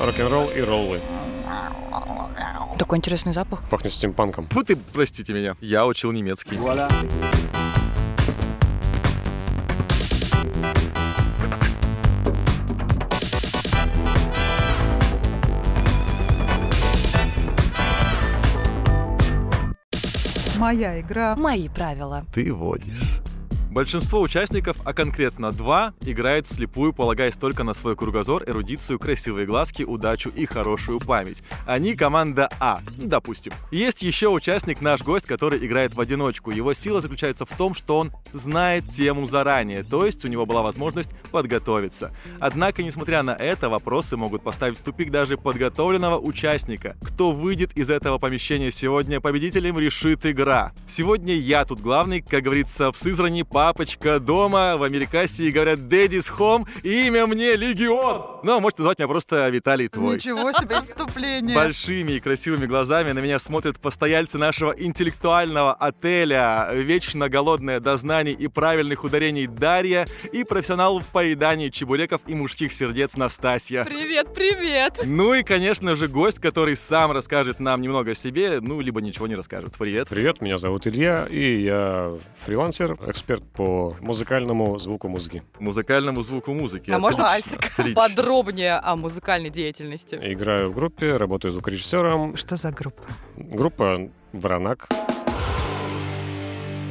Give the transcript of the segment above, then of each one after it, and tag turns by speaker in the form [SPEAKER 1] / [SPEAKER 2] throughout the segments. [SPEAKER 1] рок-н-ролл и роллы.
[SPEAKER 2] Такой интересный запах.
[SPEAKER 1] Пахнет стимпанком.
[SPEAKER 3] Фу ты, простите меня. Я учил немецкий.
[SPEAKER 4] Моя игра.
[SPEAKER 2] Мои правила.
[SPEAKER 5] Ты водишь.
[SPEAKER 3] Большинство участников, а конкретно два, играют слепую, полагаясь только на свой кругозор, эрудицию, красивые глазки, удачу и хорошую память. Они команда А, допустим. Есть еще участник, наш гость, который играет в одиночку. Его сила заключается в том, что он знает тему заранее, то есть у него была возможность подготовиться. Однако, несмотря на это, вопросы могут поставить в тупик даже подготовленного участника. Кто выйдет из этого помещения сегодня победителем, решит игра. Сегодня я тут главный, как говорится, в Сызрани папочка дома, в Америкасе говорят «Daddy's home», и имя мне Легион. Но можете назвать меня просто Виталий Твой.
[SPEAKER 4] Ничего себе вступление.
[SPEAKER 3] Большими и красивыми глазами на меня смотрят постояльцы нашего интеллектуального отеля, вечно голодная до знаний и правильных ударений Дарья и профессионал в поедании чебуреков и мужских сердец Настасья.
[SPEAKER 2] Привет, привет.
[SPEAKER 3] Ну и, конечно же, гость, который сам расскажет нам немного о себе, ну, либо ничего не расскажет. Привет.
[SPEAKER 1] Привет, меня зовут Илья, и я фрилансер, эксперт по музыкальному звуку музыки.
[SPEAKER 3] Музыкальному звуку музыки.
[SPEAKER 2] А можно
[SPEAKER 3] Отлично, отлично. Э.
[SPEAKER 2] Подробнее о музыкальной деятельности.
[SPEAKER 1] Играю в группе, работаю звукорежиссером.
[SPEAKER 4] Что за группа?
[SPEAKER 1] Группа «Воронак».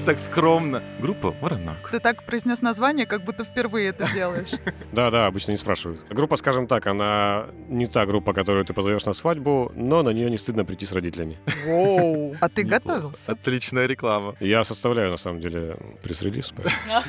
[SPEAKER 3] Так скромно. Группа «Воронак».
[SPEAKER 4] Ты так произнес название, как будто впервые это делаешь.
[SPEAKER 1] Да-да, обычно не спрашивают. Группа, скажем так, она не та группа, которую ты позовешь на свадьбу, но на нее не стыдно прийти с родителями.
[SPEAKER 2] Воу.
[SPEAKER 4] А ты
[SPEAKER 3] Неплохо.
[SPEAKER 4] готовился?
[SPEAKER 3] Отличная реклама.
[SPEAKER 1] Я составляю, на самом деле, пресс-релиз. поэтому-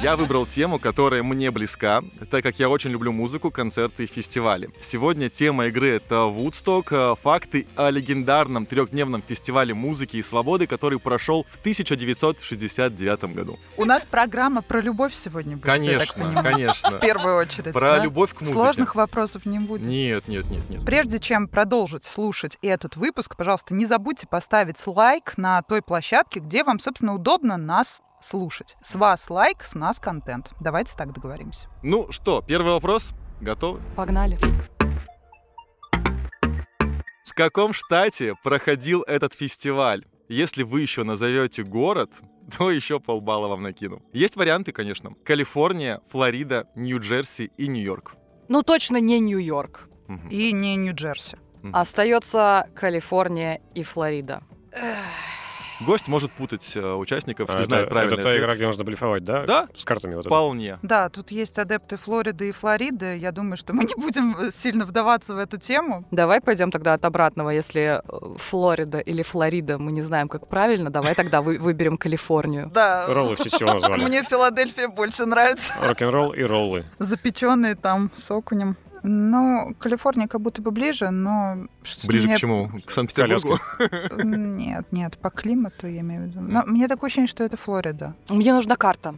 [SPEAKER 3] Я выбрал тему, которая мне близка, так как я очень люблю музыку, концерты и фестивали. Сегодня тема игры — это Вудсток, э, факты о легендарном трехдневном фестивале музыки и свободы, который прошел в 1969 году.
[SPEAKER 4] У нас программа про любовь сегодня будет. я так
[SPEAKER 3] Конечно,
[SPEAKER 4] понимаю.
[SPEAKER 3] конечно.
[SPEAKER 4] В первую очередь.
[SPEAKER 3] Про
[SPEAKER 4] да?
[SPEAKER 3] любовь к музыке.
[SPEAKER 4] Сложных вопросов не будет.
[SPEAKER 3] Нет, нет, нет, нет.
[SPEAKER 4] Прежде чем продолжить слушать этот выпуск, пожалуйста, не забудьте поставить лайк на той площадке, где вам, собственно, удобно нас слушать. С вас лайк, с нас контент. Давайте так договоримся.
[SPEAKER 3] Ну что, первый вопрос? Готовы?
[SPEAKER 2] Погнали.
[SPEAKER 3] В каком штате проходил этот фестиваль? Если вы еще назовете город, то еще полбалла вам накину. Есть варианты, конечно. Калифорния, Флорида, Нью-Джерси и Нью-Йорк.
[SPEAKER 2] Ну точно не Нью-Йорк.
[SPEAKER 3] Мгм.
[SPEAKER 4] И не Нью-Джерси.
[SPEAKER 2] Остается Калифорния и Флорида.
[SPEAKER 3] Гость может путать э, участников,
[SPEAKER 1] А
[SPEAKER 3] не знает
[SPEAKER 1] это,
[SPEAKER 3] правильный
[SPEAKER 1] это та
[SPEAKER 3] ответ.
[SPEAKER 1] игра, где нужно блефовать, да?
[SPEAKER 3] Да?
[SPEAKER 1] С картами вот это.
[SPEAKER 3] Вполне.
[SPEAKER 4] Да, тут есть адепты Флориды и Флориды. Я думаю, что мы не будем э, сильно вдаваться в эту тему.
[SPEAKER 2] Давай пойдем тогда от обратного. Если э, Флорида или Флорида, мы не знаем, как правильно, давай тогда вы- выберем Калифорнию.
[SPEAKER 4] Да,
[SPEAKER 1] Роллы в честь чего назвали?
[SPEAKER 4] мне Филадельфия больше нравится.
[SPEAKER 1] Рок-н-ролл и роллы.
[SPEAKER 4] Запеченные там с окунем. Ну, Калифорния как будто бы ближе, но... что-то
[SPEAKER 3] Ближе
[SPEAKER 4] мне-
[SPEAKER 3] к чему? К Санкт-Петербургу?
[SPEAKER 4] Нет, нет, по климату я имею в виду. Но мне такое ощущение, что это Флорида.
[SPEAKER 2] Мне нужна карта.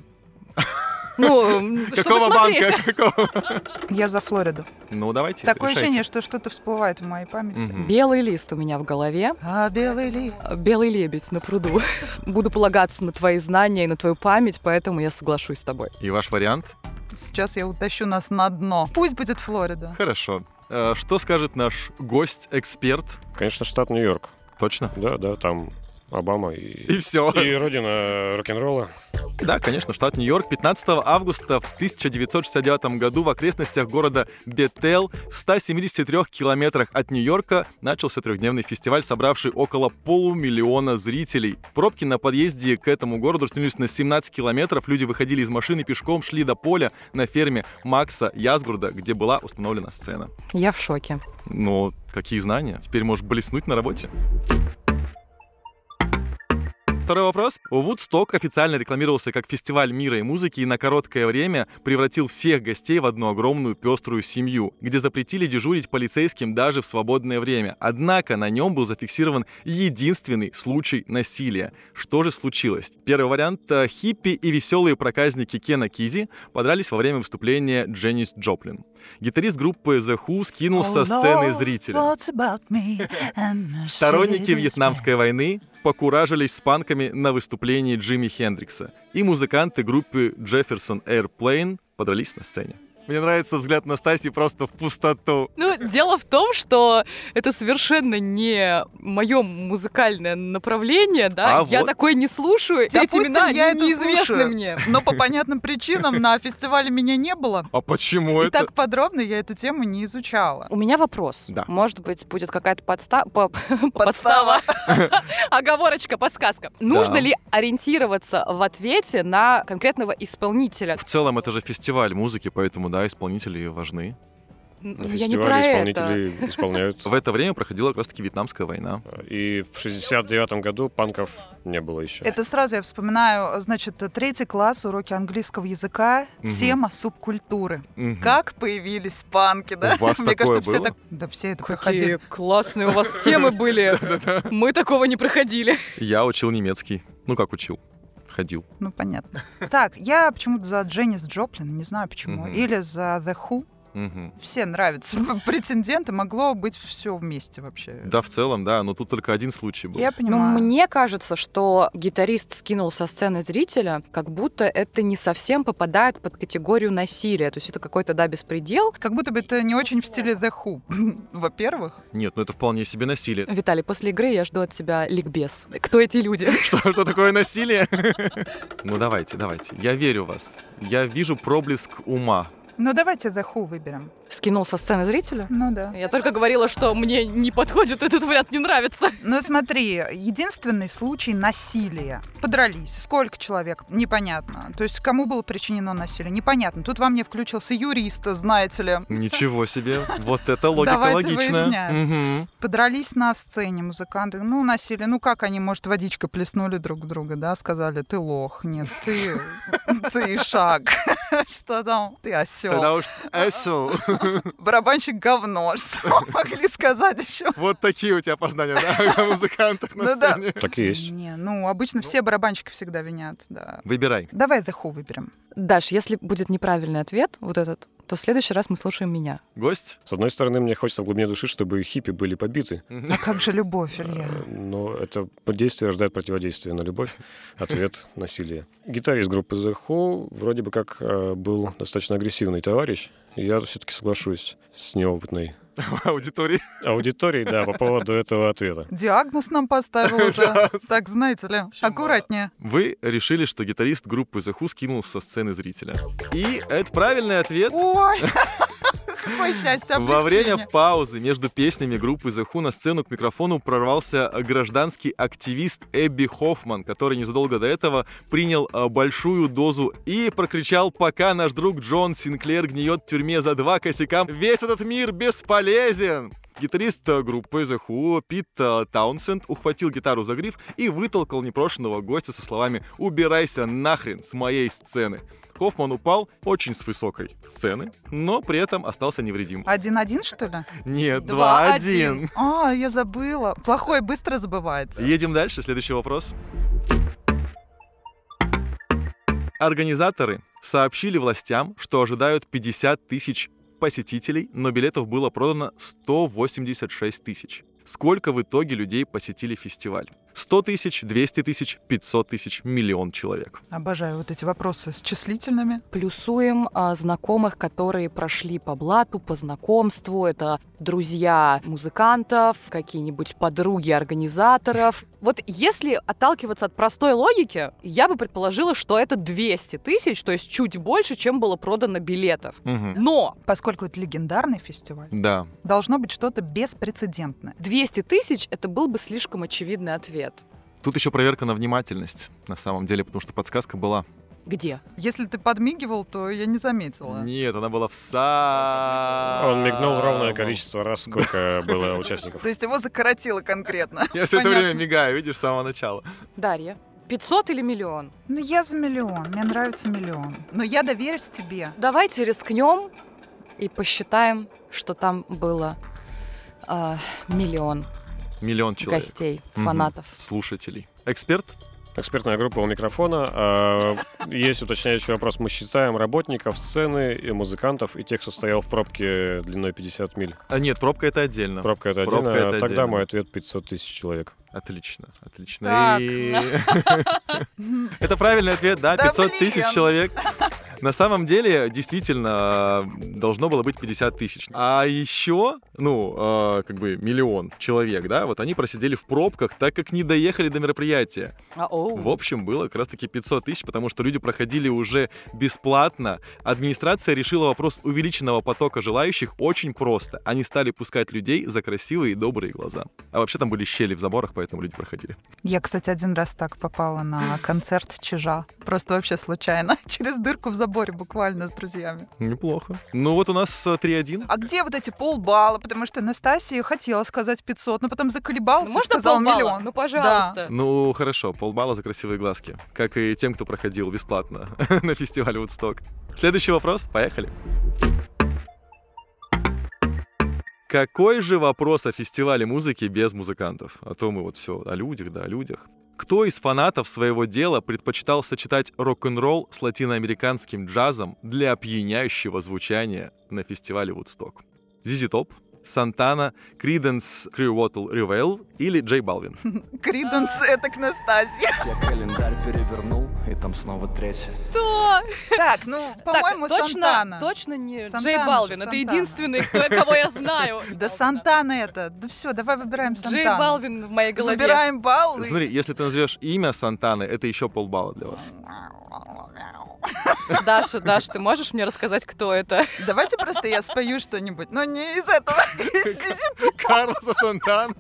[SPEAKER 2] Ну, э, чтобы
[SPEAKER 3] Какого
[SPEAKER 2] смотреть.
[SPEAKER 3] банка? Какого?
[SPEAKER 4] Я за Флориду.
[SPEAKER 3] Ну, давайте,
[SPEAKER 4] Такое ощущение,
[SPEAKER 3] решайте.
[SPEAKER 4] что что-то всплывает в моей памяти.
[SPEAKER 3] Мгм.
[SPEAKER 2] Белый лист у меня в голове.
[SPEAKER 4] А белый ли?
[SPEAKER 2] Белый лебедь на пруду. Буду полагаться на твои знания и на твою память, поэтому я соглашусь с тобой.
[SPEAKER 3] И ваш вариант?
[SPEAKER 4] Сейчас я утащу нас на дно. Пусть будет Флорида.
[SPEAKER 3] Хорошо. Э, Что скажет наш гость-эксперт?
[SPEAKER 1] Конечно, штат Нью-Йорк.
[SPEAKER 3] Точно?
[SPEAKER 1] Да, да, там Обама
[SPEAKER 3] И
[SPEAKER 1] и...
[SPEAKER 3] все.
[SPEAKER 1] И родина рок-н-ролла.
[SPEAKER 3] Да, конечно, штат Нью-Йорк. 15 августа в 1969 году в окрестностях города Бетел в 173 километрах от Нью-Йорка начался трехдневный фестиваль, собравший около полумиллиона зрителей. Пробки на подъезде к этому городу растянулись на 17 километров. Люди выходили из машины пешком, шли до поля на ферме Макса Язгурда, где была установлена сцена.
[SPEAKER 2] Я в шоке.
[SPEAKER 3] Но какие знания? Теперь можешь блеснуть на работе. Второй вопрос. Вудсток официально рекламировался как фестиваль мира и музыки и на короткое время превратил всех гостей в одну огромную пеструю семью, где запретили дежурить полицейским даже в свободное время. Однако на нем был зафиксирован единственный случай насилия. Что же случилось? Первый вариант. э, Хиппи и веселые проказники Кена Кизи подрались во время выступления Дженнис Джоплин. Гитарист группы The Who скинул Ну, со
[SPEAKER 4] Oh,
[SPEAKER 3] сцены
[SPEAKER 4] Lord,
[SPEAKER 3] зрителя.
[SPEAKER 4] what's about me and my
[SPEAKER 3] Сторонники
[SPEAKER 4] Mercedes-Benz.
[SPEAKER 3] Вьетнамской войны покуражились с панками на выступлении Джимми Хендрикса, и музыканты группы Jefferson Airplane подрались на сцене. Мне нравится взгляд Настасьи просто в пустоту.
[SPEAKER 2] Ну, дело в том, что это совершенно не мое музыкальное направление, да.
[SPEAKER 3] А
[SPEAKER 2] я
[SPEAKER 3] вот.
[SPEAKER 2] такое не слушаю. Все эти
[SPEAKER 4] Допустим,
[SPEAKER 2] имена,
[SPEAKER 4] я
[SPEAKER 2] они
[SPEAKER 4] это
[SPEAKER 2] неизвестны
[SPEAKER 4] слушаю.
[SPEAKER 2] мне.
[SPEAKER 4] Но Ну, по понятным причинам на фестивале меня не было.
[SPEAKER 3] А почему
[SPEAKER 4] И
[SPEAKER 3] это?
[SPEAKER 4] так подробно я эту тему не изучала.
[SPEAKER 2] У меня вопрос.
[SPEAKER 3] Да.
[SPEAKER 2] Может быть, будет какая-то подста... по- подстава, оговорочка, подсказка. Нужно ли ориентироваться в ответе на конкретного исполнителя?
[SPEAKER 3] В целом, это же фестиваль музыки, поэтому, да, исполнители важны.
[SPEAKER 1] На
[SPEAKER 2] Н- Ну, Я
[SPEAKER 1] фестивале
[SPEAKER 2] не про это.
[SPEAKER 1] исполнители исполняют.
[SPEAKER 3] В это время проходила как раз-таки Вьетнамская война.
[SPEAKER 1] И в 69 году панков не было еще.
[SPEAKER 4] Это сразу я вспоминаю, значит, третий класс, уроки английского языка,
[SPEAKER 3] Мгм.
[SPEAKER 4] тема субкультуры.
[SPEAKER 3] Мгм.
[SPEAKER 4] Как появились панки, да?
[SPEAKER 3] У вас
[SPEAKER 4] Мне
[SPEAKER 3] такое
[SPEAKER 4] кажется, все
[SPEAKER 3] было?
[SPEAKER 4] так... Да все это
[SPEAKER 2] Какие
[SPEAKER 4] проходили.
[SPEAKER 2] классные у вас темы были. Мы такого не проходили.
[SPEAKER 3] Я учил немецкий. Ну, как учил? Ходил.
[SPEAKER 4] Ну, понятно. Так, я почему-то за Дженнис Джоплин, не знаю почему,
[SPEAKER 3] Мгм.
[SPEAKER 4] или за The Who.
[SPEAKER 3] Мгм.
[SPEAKER 4] Все нравятся претенденты, могло быть все вместе вообще.
[SPEAKER 3] Да, в целом, да, но тут только один случай был.
[SPEAKER 4] Я
[SPEAKER 2] Но
[SPEAKER 4] понимаю.
[SPEAKER 2] Ну, мне кажется, что гитарист скинул со сцены зрителя, как будто это не совсем попадает под категорию насилия. То есть это какой-то, да, беспредел.
[SPEAKER 4] Как будто бы это не очень в стиле The Who, во-первых.
[SPEAKER 3] Нет, ну это вполне себе насилие.
[SPEAKER 2] Виталий, после игры я жду от тебя ликбез. Кто эти люди?
[SPEAKER 3] Что, что такое насилие? Ну давайте, давайте. Я верю в вас. Я вижу проблеск ума.
[SPEAKER 4] Ну, давайте The Who выберем.
[SPEAKER 2] Скинул со сцены зрителя?
[SPEAKER 4] Ну, да.
[SPEAKER 2] Я только говорила, что мне не подходит этот вариант, не нравится.
[SPEAKER 4] Ну, смотри, единственный случай насилия. Подрались. Сколько человек? Непонятно. То есть, кому было причинено насилие? Непонятно. Тут во мне включился юрист, знаете ли.
[SPEAKER 3] Ничего себе. Вот это логика
[SPEAKER 4] Давайте
[SPEAKER 3] логичная.
[SPEAKER 4] выяснять.
[SPEAKER 3] Мгм.
[SPEAKER 4] Подрались на сцене музыканты. Ну, насилие. Ну, как они, может, водичкой плеснули друг друга, да? Сказали, ты лох. Нет, ты... Ты шаг. Что там? Ты осел.
[SPEAKER 3] Тогда уж Эсел.
[SPEAKER 4] Барабанщик говно. Что могли сказать еще?
[SPEAKER 3] Вот такие у тебя познания, да, о музыкантах на
[SPEAKER 4] Ну да.
[SPEAKER 3] сцене.
[SPEAKER 1] Так и есть.
[SPEAKER 4] Не, ну, обычно все барабанщики всегда винят, да.
[SPEAKER 3] Выбирай.
[SPEAKER 4] Давай The Who выберем.
[SPEAKER 2] Даш, если будет неправильный ответ, вот этот, то в следующий раз мы слушаем меня.
[SPEAKER 3] Гость?
[SPEAKER 1] С одной стороны, мне хочется в глубине души, чтобы хиппи были побиты.
[SPEAKER 4] А как же любовь, Илья?
[SPEAKER 1] Э, Но это действие рождает противодействие на любовь. Ответ — насилие. Гитарист группы The Who вроде бы как э, был достаточно агрессивный товарищ. И Я все-таки соглашусь с неопытной
[SPEAKER 3] Аудитории.
[SPEAKER 1] аудиторией, да, по поводу этого ответа.
[SPEAKER 4] Диагноз нам поставил уже. Так, знаете ли, аккуратнее.
[SPEAKER 3] Вы решили, что гитарист группы The Who скинул со сцены зрителя. И это правильный ответ.
[SPEAKER 4] Ой, какое счастье,
[SPEAKER 3] Во время
[SPEAKER 4] облегчение.
[SPEAKER 3] паузы между песнями группы The Who на сцену к микрофону прорвался гражданский активист Эбби Хоффман, который незадолго до этого принял э, большую дозу и прокричал «Пока наш друг Джон Синклер гниет в тюрьме за два косяка, весь этот мир бесполезен!» Гитарист э, группы The Who Пит э, Таунсенд ухватил гитару за гриф и вытолкал непрошенного гостя со словами «Убирайся нахрен с моей сцены!» Хоффман упал очень с высокой сцены, но при этом остался невредим.
[SPEAKER 4] Один-один, что ли?
[SPEAKER 3] Нет,
[SPEAKER 2] Два,
[SPEAKER 3] 2-1.
[SPEAKER 4] А, я забыла. Плохое быстро забывается.
[SPEAKER 3] Едем дальше. Следующий вопрос. Организаторы сообщили властям, что ожидают 50 тысяч посетителей, но билетов было продано 186 тысяч. Сколько в итоге людей посетили фестиваль? 100 тысяч, 200 тысяч, 500 тысяч, миллион человек.
[SPEAKER 4] Обожаю вот эти вопросы с числительными.
[SPEAKER 2] Плюсуем а, знакомых, которые прошли по блату, по знакомству. Это друзья музыкантов, какие-нибудь подруги организаторов. Вот если отталкиваться от простой логики, я бы предположила, что это 200 тысяч, то есть чуть больше, чем было продано билетов. Но
[SPEAKER 4] Поскольку это легендарный фестиваль,
[SPEAKER 3] Да.
[SPEAKER 4] должно быть что-то беспрецедентное.
[SPEAKER 2] 200 тысяч — это был бы слишком очевидный ответ.
[SPEAKER 3] Тут еще проверка на внимательность, на самом деле, потому что подсказка была.
[SPEAKER 2] Где?
[SPEAKER 4] Если ты подмигивал, то я не заметила.
[SPEAKER 3] Нет, она была в са.
[SPEAKER 1] Он мигнул
[SPEAKER 3] ну.
[SPEAKER 1] ровное количество раз, сколько было участников.
[SPEAKER 4] То есть его закоротило конкретно.
[SPEAKER 3] Я все это
[SPEAKER 4] Понятно.
[SPEAKER 3] время мигаю, видишь, с самого начала.
[SPEAKER 2] Дарья. 500 или миллион?
[SPEAKER 4] Ну, я за миллион. Мне нравится миллион. Но я доверюсь тебе.
[SPEAKER 2] Давайте рискнем и посчитаем, что там было а, миллион
[SPEAKER 3] Миллион человек.
[SPEAKER 2] гостей,
[SPEAKER 3] Мгм.
[SPEAKER 2] фанатов.
[SPEAKER 3] Слушателей. Эксперт?
[SPEAKER 1] Экспертная группа у микрофона. А, Есть уточняющий вопрос. Мы считаем работников сцены, и музыкантов и тех, кто стоял в пробке длиной 50 миль.
[SPEAKER 3] А, нет, пробка это отдельно.
[SPEAKER 1] Пробка это
[SPEAKER 3] Пробка
[SPEAKER 1] отдельно.
[SPEAKER 3] это
[SPEAKER 1] Тогда
[SPEAKER 3] отдельно.
[SPEAKER 1] мой ответ 500 тысяч человек.
[SPEAKER 3] Отлично, отлично.
[SPEAKER 4] Так.
[SPEAKER 3] И- Это правильный ответ, да?
[SPEAKER 4] Да
[SPEAKER 3] 500
[SPEAKER 4] блин.
[SPEAKER 3] тысяч человек. На самом деле, действительно, э, должно было быть 50 тысяч. А еще, ну, э, как бы миллион человек, да, вот они просидели в пробках, так как не доехали до мероприятия.
[SPEAKER 2] А, оу.
[SPEAKER 3] В общем, было как раз-таки 500 тысяч, потому что люди проходили уже бесплатно. Администрация решила вопрос увеличенного потока желающих очень просто. Они стали пускать людей за красивые и добрые глаза. А вообще там были щели в заборах, поэтому люди проходили.
[SPEAKER 4] Я, кстати, один раз так попала на концерт Чижа. Просто вообще случайно. Через дырку в заборе буквально с друзьями.
[SPEAKER 3] Неплохо. Ну вот у нас э, 3-1.
[SPEAKER 4] А где вот эти полбалла? Потому что Анастасия хотела сказать 500, но потом
[SPEAKER 2] Ну,
[SPEAKER 4] заколебалась и
[SPEAKER 2] можно
[SPEAKER 4] сказала
[SPEAKER 2] полбалла?
[SPEAKER 4] миллион.
[SPEAKER 2] Ну, пожалуйста.
[SPEAKER 3] Ну, хорошо, полбалла за красивые глазки. Как и тем, кто проходил бесплатно на фестивале Woodstock. Следующий вопрос, поехали. Какой же вопрос о фестивале музыки без музыкантов? А то мы вот все о людях, да, о людях. Кто из фанатов своего дела предпочитал сочетать рок-н-ролл с латиноамериканским джазом для опьяняющего звучания на фестивале Woodstock? Зизи Топ, Сантана, Криденс Clearwater Ревел или Джей Балвин?
[SPEAKER 4] Криденс,
[SPEAKER 2] А.
[SPEAKER 4] это к Настасье.
[SPEAKER 5] Я календарь перевернул, и там снова третья.
[SPEAKER 2] Кто?
[SPEAKER 4] Так, ну, по-моему,
[SPEAKER 2] так, точно,
[SPEAKER 4] Сантана.
[SPEAKER 2] точно не
[SPEAKER 4] Сантана
[SPEAKER 2] Джей
[SPEAKER 4] же,
[SPEAKER 2] Балвин. Это
[SPEAKER 4] Сантана.
[SPEAKER 2] единственный, кто- кого я знаю.
[SPEAKER 4] Да Сантана это. Да все, давай выбираем Сантану.
[SPEAKER 2] Джей Балвин в моей голове.
[SPEAKER 4] Забираем баллы.
[SPEAKER 3] Смотри, если ты назовешь имя Сантаны, это еще полбалла для вас.
[SPEAKER 2] Даша, Даша, ты можешь мне рассказать, кто это?
[SPEAKER 4] Давайте просто я спою что-нибудь. Но не из этого. из Зизи.
[SPEAKER 3] Карлоса Сантану.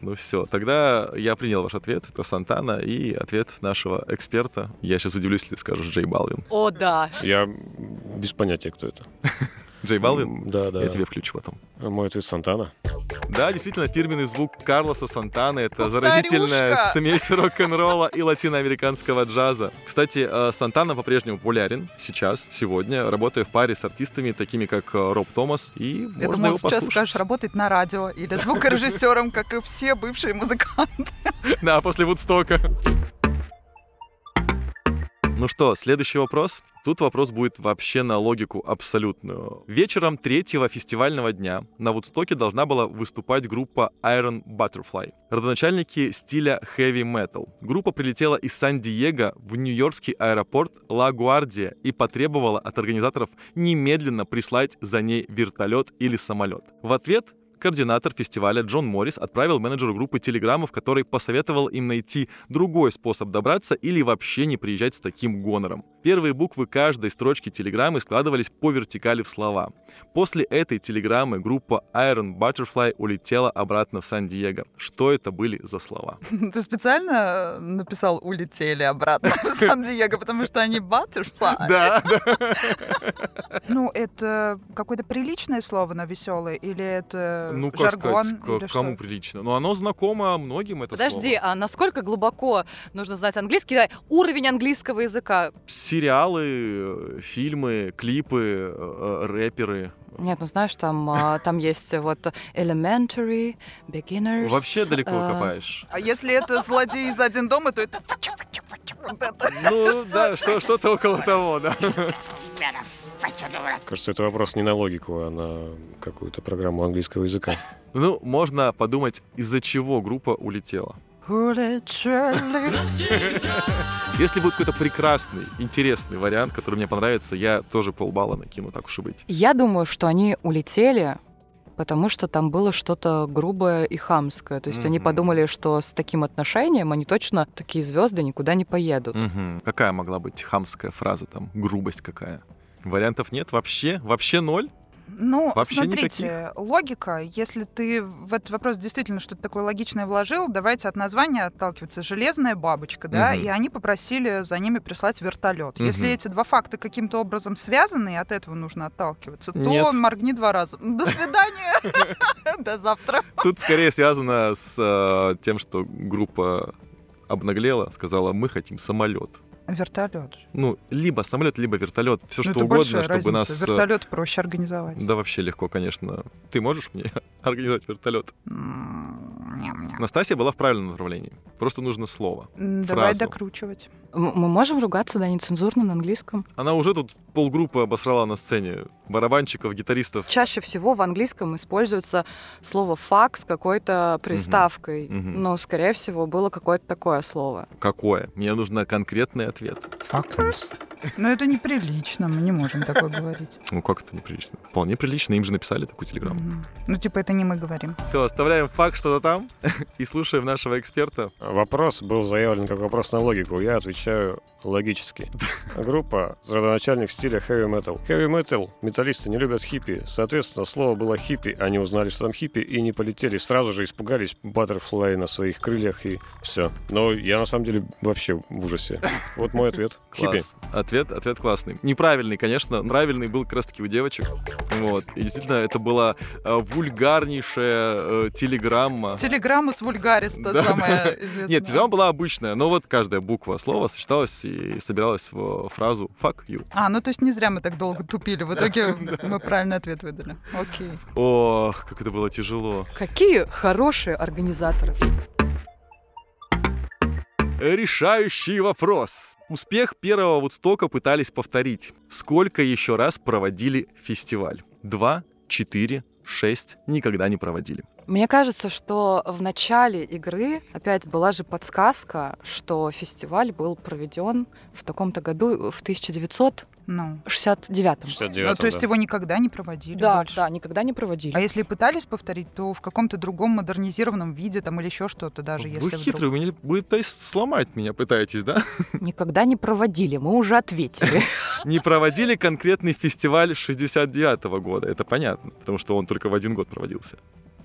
[SPEAKER 3] Ну все, тогда я принял ваш ответ. Это Сантана и ответ нашего эксперта. Я сейчас удивлюсь, если ты скажешь Джей Балвин.
[SPEAKER 2] О, да.
[SPEAKER 1] Я без понятия, кто это.
[SPEAKER 3] Джей Балвин?
[SPEAKER 1] М, Да, да.
[SPEAKER 3] Я тебе включу потом.
[SPEAKER 1] Мой ответ Сантана.
[SPEAKER 3] Да, действительно, фирменный звук Карлоса Сантаны — это заразительная
[SPEAKER 4] Повторюшка.
[SPEAKER 3] смесь рок-н-ролла и латиноамериканского джаза. Кстати, э, Сантана по-прежнему популярен сейчас, сегодня, работая в паре с артистами, такими как э, Роб Томас, и
[SPEAKER 4] Я
[SPEAKER 3] можно
[SPEAKER 4] думала,
[SPEAKER 3] его
[SPEAKER 4] сейчас
[SPEAKER 3] послушать.
[SPEAKER 4] скажешь, работать на радио или звукорежиссером, как и все бывшие музыканты.
[SPEAKER 3] Да, после Вудстока. Ну что, следующий вопрос. Тут вопрос будет вообще на логику абсолютную. Вечером третьего фестивального дня на Вудстоке должна была выступать группа Iron Butterfly, родоначальники стиля heavy metal. Группа прилетела из Сан-Диего в нью-йоркский аэропорт Ла-Гуардия и потребовала от организаторов немедленно прислать за ней вертолет или самолет. В ответ Координатор фестиваля Джон Моррис отправил менеджеру группы телеграмму, в которой посоветовал им найти другой способ добраться или вообще не приезжать с таким гонором. Первые буквы каждой строчки телеграммы складывались по вертикали в слова. После этой телеграммы группа Iron Butterfly улетела обратно в Сан-Диего. Что это были за слова?
[SPEAKER 4] Ну, Ты специально э, написал «улетели обратно в Сан-Диего», потому что они баттерфлай?
[SPEAKER 3] Да,
[SPEAKER 4] Ну, это какое-то приличное слово, но веселое, или это
[SPEAKER 3] Ну, как
[SPEAKER 4] жаргон?
[SPEAKER 3] сказать,
[SPEAKER 4] или
[SPEAKER 3] к-
[SPEAKER 4] что?
[SPEAKER 3] кому прилично. Но оно знакомо многим, это
[SPEAKER 2] Подожди,
[SPEAKER 3] слово.
[SPEAKER 2] а насколько глубоко нужно знать английский? Да, Уровень английского языка.
[SPEAKER 3] Сериалы, э, фильмы, клипы, э, э, рэперы.
[SPEAKER 2] Нет, ну знаешь, там, а, там есть вот elementary, beginners.
[SPEAKER 3] Вообще далеко
[SPEAKER 2] а,
[SPEAKER 3] копаешь.
[SPEAKER 4] А если это злодей из один дома, то это фача-фача-фача, вот это.
[SPEAKER 3] Ну да, что- что-то около того, да.
[SPEAKER 1] Кажется, это вопрос не на логику, а на какую-то программу английского языка.
[SPEAKER 3] Ну, можно подумать, из-за чего группа улетела.
[SPEAKER 4] Улетели.
[SPEAKER 3] Если будет какой-то прекрасный, интересный вариант, который мне понравится, я тоже полбалла накину, так уж и быть.
[SPEAKER 2] Я думаю, что они улетели, потому что там было что-то грубое и хамское. То есть они
[SPEAKER 3] Мгм.
[SPEAKER 2] подумали, что с таким отношением они точно такие звезды никуда не поедут.
[SPEAKER 3] Мгм. Какая могла быть хамская фраза там, грубость какая? Вариантов нет вообще, вообще ноль.
[SPEAKER 4] Ну,
[SPEAKER 3] Вообще
[SPEAKER 4] смотрите, логика, если ты в этот вопрос действительно что-то такое логичное вложил, давайте от названия отталкиваться. Железная бабочка, да,
[SPEAKER 3] Мгм.
[SPEAKER 4] и они попросили за ними прислать вертолет. Если
[SPEAKER 3] Мгм.
[SPEAKER 4] эти два факта каким-то образом связаны, и от этого нужно отталкиваться, то
[SPEAKER 3] Нет.
[SPEAKER 4] моргни два раза. До свидания, до завтра.
[SPEAKER 3] Тут скорее связано с э, тем, что группа обнаглела, сказала, мы хотим самолет.
[SPEAKER 4] Вертолет.
[SPEAKER 3] Ну, либо самолет, либо вертолет, все
[SPEAKER 4] Ну,
[SPEAKER 3] что
[SPEAKER 4] это
[SPEAKER 3] угодно,
[SPEAKER 4] большая
[SPEAKER 3] чтобы
[SPEAKER 4] разница.
[SPEAKER 3] нас... э,
[SPEAKER 4] Вертолет проще организовать.
[SPEAKER 3] Да вообще легко, конечно. Ты можешь мне организовать вертолет?
[SPEAKER 4] М, ням-ням.
[SPEAKER 3] Настасья была в правильном направлении. Просто нужно слово.
[SPEAKER 4] М, М-м-м. Давай
[SPEAKER 3] Фразу.
[SPEAKER 4] докручивать.
[SPEAKER 2] М- Мы можем ругаться, да, нецензурно на английском?
[SPEAKER 3] Она уже тут полгруппы обосрала на сцене. Барабанщиков, гитаристов.
[SPEAKER 2] Чаще всего в английском используется слово «фак» с какой-то приставкой.
[SPEAKER 3] мгм.
[SPEAKER 2] Но, скорее всего, было какое-то такое слово.
[SPEAKER 3] Какое? Мне нужно конкретный ответ.
[SPEAKER 4] Но это неприлично, мы не можем такое говорить.
[SPEAKER 3] Ну как это неприлично? Вполне прилично, им же написали такую телеграмму.
[SPEAKER 4] Мгм. Ну, типа, это не мы говорим.
[SPEAKER 3] Все, оставляем факт что-то там и слушаем нашего эксперта.
[SPEAKER 1] Вопрос был заявлен как вопрос на логику. Я отвечаю логически. Группа родоначальник стиля heavy metal. Heavy metal металлисты не любят хиппи. Соответственно, слово было хиппи. Они узнали, что там хиппи, и не полетели. Сразу же испугались баттерфлай на своих крыльях и все. Но я на самом деле вообще в ужасе. Вот мой ответ. Хиппи.
[SPEAKER 3] Класс. Ответ, ответ классный. Неправильный, конечно. Правильный был как раз-таки у девочек. Вот. И действительно, это была э, вульгарнейшая э, телеграмма.
[SPEAKER 4] Телеграмма с вульгариста
[SPEAKER 3] Да,
[SPEAKER 4] самая известная.
[SPEAKER 3] Нет, телеграмма была обычная, но вот каждая буква слова сочеталась и собиралась в фразу «fuck you».
[SPEAKER 4] А, ну то есть не зря мы так долго тупили. В итоге мы правильный ответ выдали. Окей.
[SPEAKER 3] Ох, как это было тяжело.
[SPEAKER 2] Какие хорошие организаторы.
[SPEAKER 3] Решающий вопрос. Успех первого Вудстока пытались повторить. Сколько еще раз проводили фестиваль? Два, четыре, шесть. Никогда не проводили.
[SPEAKER 2] Мне кажется, что в начале игры опять была же подсказка, что фестиваль был проведен в таком-то году, в 1969.
[SPEAKER 4] Ну. Ну,
[SPEAKER 1] 69
[SPEAKER 4] то есть его никогда не проводили
[SPEAKER 2] Да,
[SPEAKER 4] больше?
[SPEAKER 2] да, никогда не
[SPEAKER 4] А
[SPEAKER 2] проводили.
[SPEAKER 4] если и пытались повторить, то в каком-то другом модернизированном виде там или еще что-то, даже если
[SPEAKER 3] Вы
[SPEAKER 4] вдруг.
[SPEAKER 3] хитрый, вы, меня- вы, то есть, сломать меня пытаетесь, да?
[SPEAKER 2] Никогда не проводили, мы уже ответили.
[SPEAKER 3] Не проводили конкретный фестиваль 69 года, это понятно, потому что он только в один год проводился.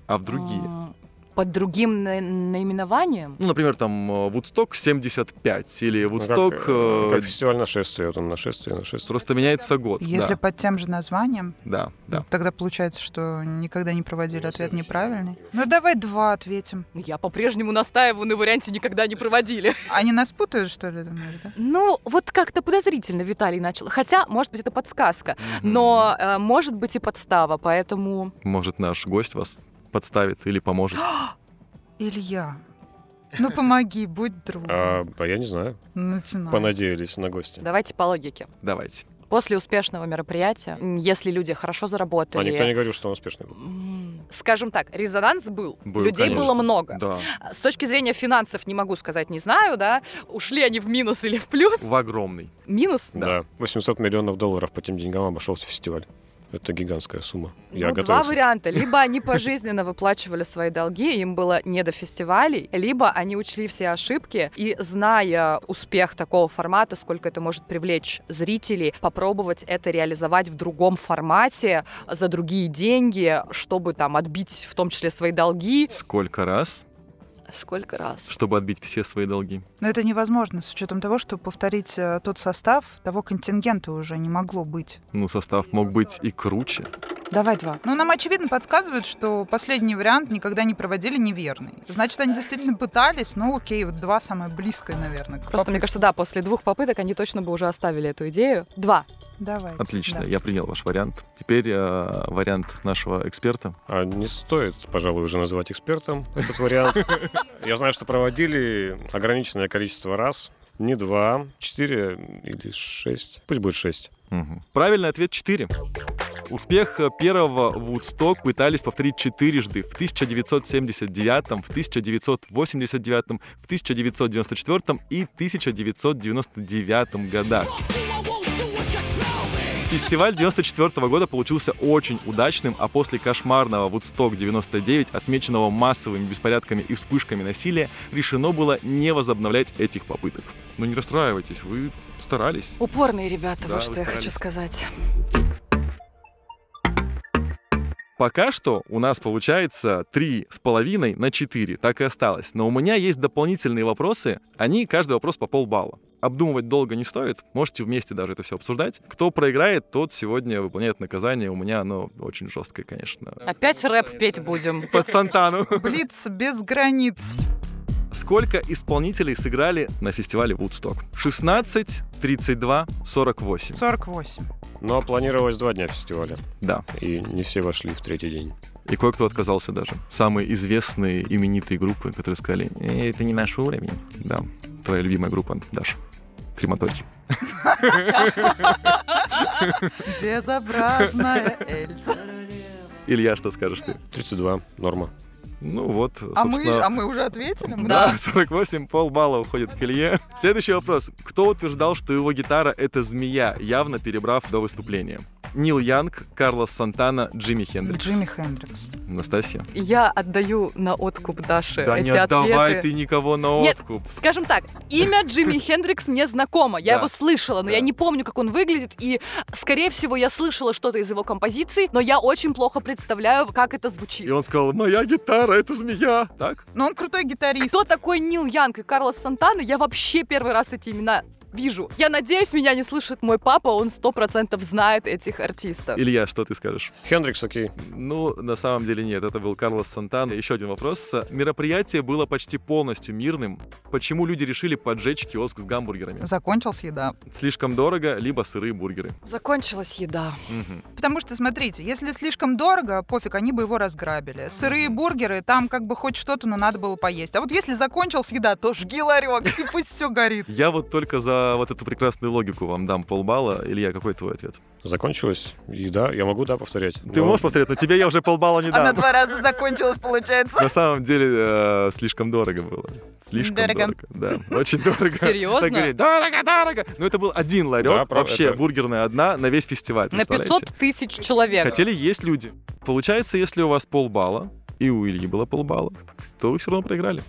[SPEAKER 3] А в другие?
[SPEAKER 2] М, Под другим на- наименованием?
[SPEAKER 3] Ну, например, там э, Вудсток 75 или Вудсток...
[SPEAKER 1] Как,
[SPEAKER 3] э,
[SPEAKER 1] э, как фестиваль нашествия, там нашествие, нашествие.
[SPEAKER 3] Просто меняется год.
[SPEAKER 4] Если под тем же названием, ну,
[SPEAKER 3] Да, да, да.
[SPEAKER 4] тогда получается, что никогда не проводили ответ неправильный. Ну давай два ответим.
[SPEAKER 2] Я по-прежнему настаиваю на варианте «никогда не проводили».
[SPEAKER 4] Они нас путают, что ли, думаешь, да?
[SPEAKER 2] Ну, вот как-то подозрительно Виталий начал. Хотя, может быть, это подсказка. Но э, может быть и подстава, поэтому...
[SPEAKER 3] Может, наш гость вас подставит или поможет.
[SPEAKER 4] Илья, ну помоги, будь другом.
[SPEAKER 1] А, а я не знаю.
[SPEAKER 4] Начинается.
[SPEAKER 1] Понадеялись на гости.
[SPEAKER 2] Давайте по логике.
[SPEAKER 3] Давайте.
[SPEAKER 2] После успешного мероприятия, м, если люди хорошо
[SPEAKER 1] А
[SPEAKER 2] заработали...
[SPEAKER 1] никто не говорил, что он успешный был.
[SPEAKER 2] м, Скажем так, резонанс был.
[SPEAKER 3] Был,
[SPEAKER 2] Людей
[SPEAKER 3] конечно.
[SPEAKER 2] было много. А
[SPEAKER 3] Да.
[SPEAKER 2] С точки зрения финансов не могу сказать, не знаю, да. Ушли они в минус или в плюс.
[SPEAKER 3] В огромный.
[SPEAKER 2] Минус?
[SPEAKER 1] Да. 800 миллионов долларов по тем деньгам обошелся фестиваль. Это гигантская сумма. Я
[SPEAKER 2] ну, два
[SPEAKER 1] готовился.
[SPEAKER 2] варианта. Либо они пожизненно выплачивали свои долги, им было не до фестивалей, либо они учли все ошибки и, зная успех такого формата, сколько это может привлечь зрителей, попробовать это реализовать в другом формате за другие деньги, чтобы там отбить в том числе свои долги.
[SPEAKER 3] Сколько раз,
[SPEAKER 2] Сколько раз?
[SPEAKER 3] чтобы отбить все свои долги?
[SPEAKER 4] Но это невозможно, с учетом того, что повторить э, тот состав, того контингента уже не могло быть.
[SPEAKER 3] Ну, состав мог быть и круче.
[SPEAKER 2] Давай два.
[SPEAKER 4] Ну, нам, очевидно, подсказывают, что последний вариант никогда не проводили неверный. Значит, они действительно пытались, ну, окей, вот два самое близкое, наверное. к
[SPEAKER 2] Просто, мне
[SPEAKER 4] попытке.
[SPEAKER 2] кажется, да, после двух попыток они точно бы уже оставили эту идею. Два.
[SPEAKER 4] Давай.
[SPEAKER 3] Отлично,
[SPEAKER 4] да.
[SPEAKER 3] я принял ваш вариант. Теперь э, вариант нашего эксперта.
[SPEAKER 1] А не стоит, пожалуй, уже называть экспертом этот вариант. Я знаю, что проводили ограниченное количество раз. Не два, четыре или шесть. Пусть будет шесть.
[SPEAKER 3] Мгм. Правильный ответ 4. Успех э, первого Вудсток пытались повторить четырежды в 1979, в 1989, в 1994 и 1999 годах. Фестиваль 1994 года получился очень удачным, а после кошмарного Вудсток 99, отмеченного массовыми беспорядками и вспышками насилия, решено было не возобновлять этих попыток. Ну не расстраивайтесь, вы старались.
[SPEAKER 2] Упорные ребята,
[SPEAKER 3] Да,
[SPEAKER 2] вот
[SPEAKER 3] вы
[SPEAKER 2] что я хочу
[SPEAKER 3] старались.
[SPEAKER 2] сказать.
[SPEAKER 3] Пока что у нас получается 3,5 на 4, так и осталось. Но у меня есть дополнительные вопросы, они каждый вопрос по полбалла. Обдумывать долго не стоит, можете вместе даже это все обсуждать. Кто проиграет, тот сегодня выполняет наказание. У меня оно очень жесткое, конечно.
[SPEAKER 2] Опять рэп петь будем.
[SPEAKER 3] Под Сантану.
[SPEAKER 4] Блиц без границ.
[SPEAKER 3] Сколько исполнителей сыграли на фестивале Вудсток? 16, 32, 48.
[SPEAKER 4] 48.
[SPEAKER 1] Но планировалось два дня фестиваля.
[SPEAKER 3] Да.
[SPEAKER 1] И не все вошли в третий день.
[SPEAKER 3] И кое-кто отказался даже. Самые известные, именитые группы, которые сказали, «Э, это не наше уровень. Да, твоя любимая группа, Даша. Крематорий.
[SPEAKER 4] Безобразная Эльза.
[SPEAKER 3] Илья, что скажешь ты?
[SPEAKER 1] 32 норма.
[SPEAKER 3] Ну вот, собственно...
[SPEAKER 4] А мы, а мы уже ответили? Мы-
[SPEAKER 3] Да, 48, полбалла уходит к Илье. Следующий вопрос. Кто утверждал, что его гитара — это змея, явно перебрав до выступления? Нил Янг, Карлос Сантана, Джимми Хендрикс.
[SPEAKER 4] Джимми Хендрикс.
[SPEAKER 3] Анастасия.
[SPEAKER 2] Я отдаю на откуп Даше
[SPEAKER 3] да
[SPEAKER 2] Э, эти
[SPEAKER 3] не отдавай
[SPEAKER 2] ответы.
[SPEAKER 3] ты никого на
[SPEAKER 2] Нет.
[SPEAKER 3] откуп.
[SPEAKER 2] Скажем так, имя Джимми Хендрикс мне знакомо. Я
[SPEAKER 3] Да.
[SPEAKER 2] его слышала, но
[SPEAKER 3] Да.
[SPEAKER 2] я не помню, как он выглядит. И, скорее всего, я слышала что-то из его композиций, но я очень плохо представляю, как это звучит.
[SPEAKER 3] И он сказал, моя гитара — это змея. Так?
[SPEAKER 4] Но Ну, он крутой гитарист.
[SPEAKER 2] Кто такой Нил Янг и Карлос Сантана? Я вообще первый раз эти имена вижу. Я надеюсь, меня не слышит мой папа, он сто процентов знает этих артистов.
[SPEAKER 3] Илья, что ты скажешь?
[SPEAKER 1] Хендрикс, окей.
[SPEAKER 3] Ну, на самом деле нет, это был Карлос Сантан. Еще один вопрос. Мероприятие было почти полностью мирным. Почему люди решили поджечь киоск с гамбургерами?
[SPEAKER 4] Закончилась еда.
[SPEAKER 3] Слишком дорого, либо сырые бургеры.
[SPEAKER 2] Закончилась еда.
[SPEAKER 3] Мгм.
[SPEAKER 4] Потому что, смотрите, если слишком дорого, пофиг, они бы его разграбили. Сырые бургеры, там как бы хоть что-то, но надо было поесть. А вот если закончилась еда, то жги ларек, и пусть все горит.
[SPEAKER 3] Я вот только за вот эту прекрасную логику вам дам полбалла. Илья, какой твой ответ?
[SPEAKER 1] Закончилась еда. Я могу, да, повторять.
[SPEAKER 3] Ты
[SPEAKER 1] Но
[SPEAKER 3] можешь повторять, но тебе я уже полбалла не
[SPEAKER 4] Она
[SPEAKER 3] дам.
[SPEAKER 4] два раза закончилась, получается.
[SPEAKER 3] На самом деле э, слишком дорого было. Слишком
[SPEAKER 4] Дорого.
[SPEAKER 3] дорого. Да, очень дорого.
[SPEAKER 2] Серьезно?
[SPEAKER 3] Так говорили, дорого, дорого. Но это был один
[SPEAKER 1] Да,
[SPEAKER 3] ларек,
[SPEAKER 1] правда,
[SPEAKER 3] вообще
[SPEAKER 1] это-
[SPEAKER 3] бургерная одна на весь фестиваль.
[SPEAKER 2] На
[SPEAKER 3] представляете?
[SPEAKER 2] 500 тысяч человек.
[SPEAKER 3] Хотели есть люди. Получается, если у вас полбалла, и у Ильи было полбалла, то вы все равно проиграли.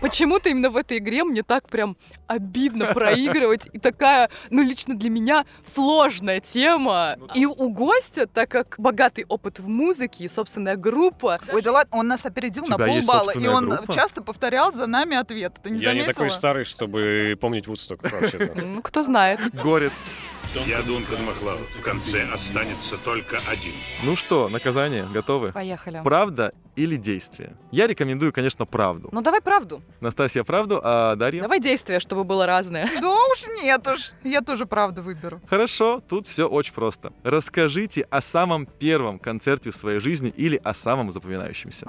[SPEAKER 2] Почему-то именно в этой игре мне так прям обидно проигрывать. И такая, ну, лично для меня сложная тема. И у гостя, так как богатый опыт в музыке и собственная группа,
[SPEAKER 4] Ой, да ладно, он нас опередил
[SPEAKER 3] У
[SPEAKER 4] на
[SPEAKER 3] тебя есть
[SPEAKER 4] полбалла, и
[SPEAKER 3] собственная
[SPEAKER 4] он
[SPEAKER 3] группа?
[SPEAKER 4] часто повторял за нами ответ. Ты не
[SPEAKER 1] Я не
[SPEAKER 4] заметила?
[SPEAKER 1] такой старый, чтобы помнить Вудсток вообще-то.
[SPEAKER 2] ну, кто знает.
[SPEAKER 3] Горец.
[SPEAKER 6] Я Дункан Махлауд. В конце останется только один.
[SPEAKER 3] Ну что, наказание, готовы?
[SPEAKER 2] Поехали.
[SPEAKER 3] Правда или действие? Я рекомендую, конечно, правду.
[SPEAKER 2] Ну, давай правду.
[SPEAKER 3] Настасья, правду, а Дарья?
[SPEAKER 2] Давай действия, чтобы было разное.
[SPEAKER 4] Да уж нет уж, я тоже правду выберу.
[SPEAKER 3] Хорошо, тут все очень просто. Расскажите о самом первом концерте в своей жизни или о самом запоминающемся.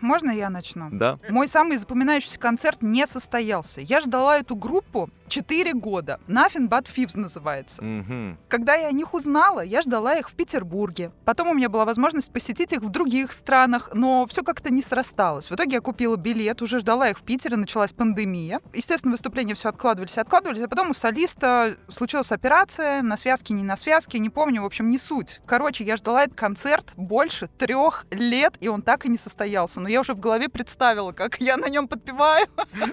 [SPEAKER 4] Можно я начну?
[SPEAKER 3] Да?
[SPEAKER 4] Мой самый запоминающийся концерт не состоялся. Я ждала эту группу 4 года. Nothing but Thieves называется.
[SPEAKER 3] Мгм.
[SPEAKER 4] Когда я о них узнала, я ждала их в Петербурге. Потом у меня была возможность посетить их в других странах, но все как-то не срасталось. В итоге я купила билет, уже ждала их в Питере, началась пандемия. Естественно, выступления все откладывались и откладывались, а потом у солиста случилась операция, на связке, не на связке, не помню, в общем, не суть. Короче, я ждала этот концерт больше трех лет, и он так и не состоялся. Но я уже в голове представила, как я на нем подпеваю.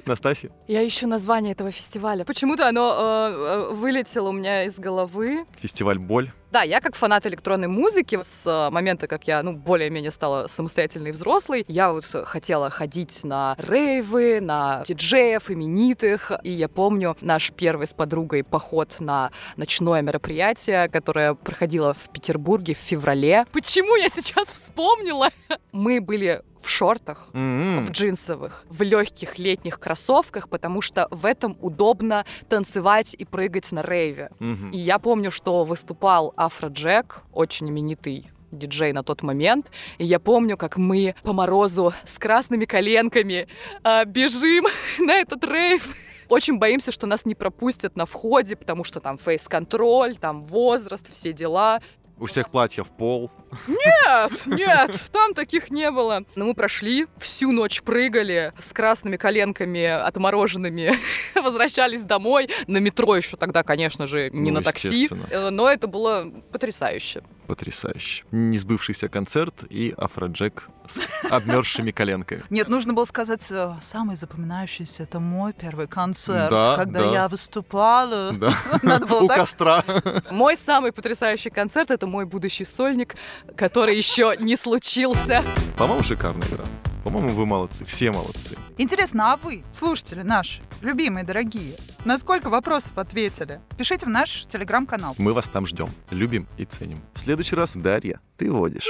[SPEAKER 3] Настасья?
[SPEAKER 2] Я ищу название этого фестиваля. Почему-то оно э, э, вылетело у меня из головы.
[SPEAKER 3] Фестиваль «Боль».
[SPEAKER 2] Да, я как фанат электронной музыки с э, момента, как я, ну, более-менее стала самостоятельной и взрослой, я вот хотела ходить на рейвы, на диджеев именитых, и я помню наш первый с подругой поход на ночное мероприятие, которое проходило в Петербурге в феврале. Почему я сейчас вспомнила? Мы были в шортах,
[SPEAKER 3] М-м.
[SPEAKER 2] в джинсовых, в легких летних кроссовках, потому что в этом удобно танцевать и прыгать на рейве.
[SPEAKER 3] Мгм.
[SPEAKER 2] И я помню, что выступал Афро Джек, очень именитый диджей на тот момент. И я помню, как мы по морозу с красными коленками а, бежим на этот рейв. Очень боимся, что нас не пропустят на входе, потому что там фейс-контроль, там возраст, все дела.
[SPEAKER 3] У всех платья в пол.
[SPEAKER 2] Нет, нет, там таких не было. Но мы прошли, всю ночь прыгали с красными коленками отмороженными, возвращались домой. На метро еще тогда, конечно же, не
[SPEAKER 3] Ну,
[SPEAKER 2] на такси.
[SPEAKER 3] естественно.
[SPEAKER 2] Э, Но это было потрясающе.
[SPEAKER 3] Потрясающе. Несбывшийся концерт и афроджек с обмерзшими коленками.
[SPEAKER 4] Нет, нужно было сказать, э, самый запоминающийся это мой первый концерт,
[SPEAKER 3] Да,
[SPEAKER 4] когда
[SPEAKER 3] да.
[SPEAKER 4] я выступала.
[SPEAKER 3] Да.
[SPEAKER 4] Надо было
[SPEAKER 3] У
[SPEAKER 4] так
[SPEAKER 3] костра.
[SPEAKER 2] Мой самый потрясающий концерт — это мой будущий сольник, который еще не случился.
[SPEAKER 3] По-моему, шикарная игра. По-моему, вы молодцы. Все молодцы.
[SPEAKER 4] Интересно, а вы, слушатели наши, любимые, дорогие, на сколько вопросов ответили? Пишите в наш телеграм-канал.
[SPEAKER 3] Мы вас там ждем. Любим и ценим. В следующий раз, Дарья, ты водишь.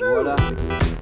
[SPEAKER 5] Voilà.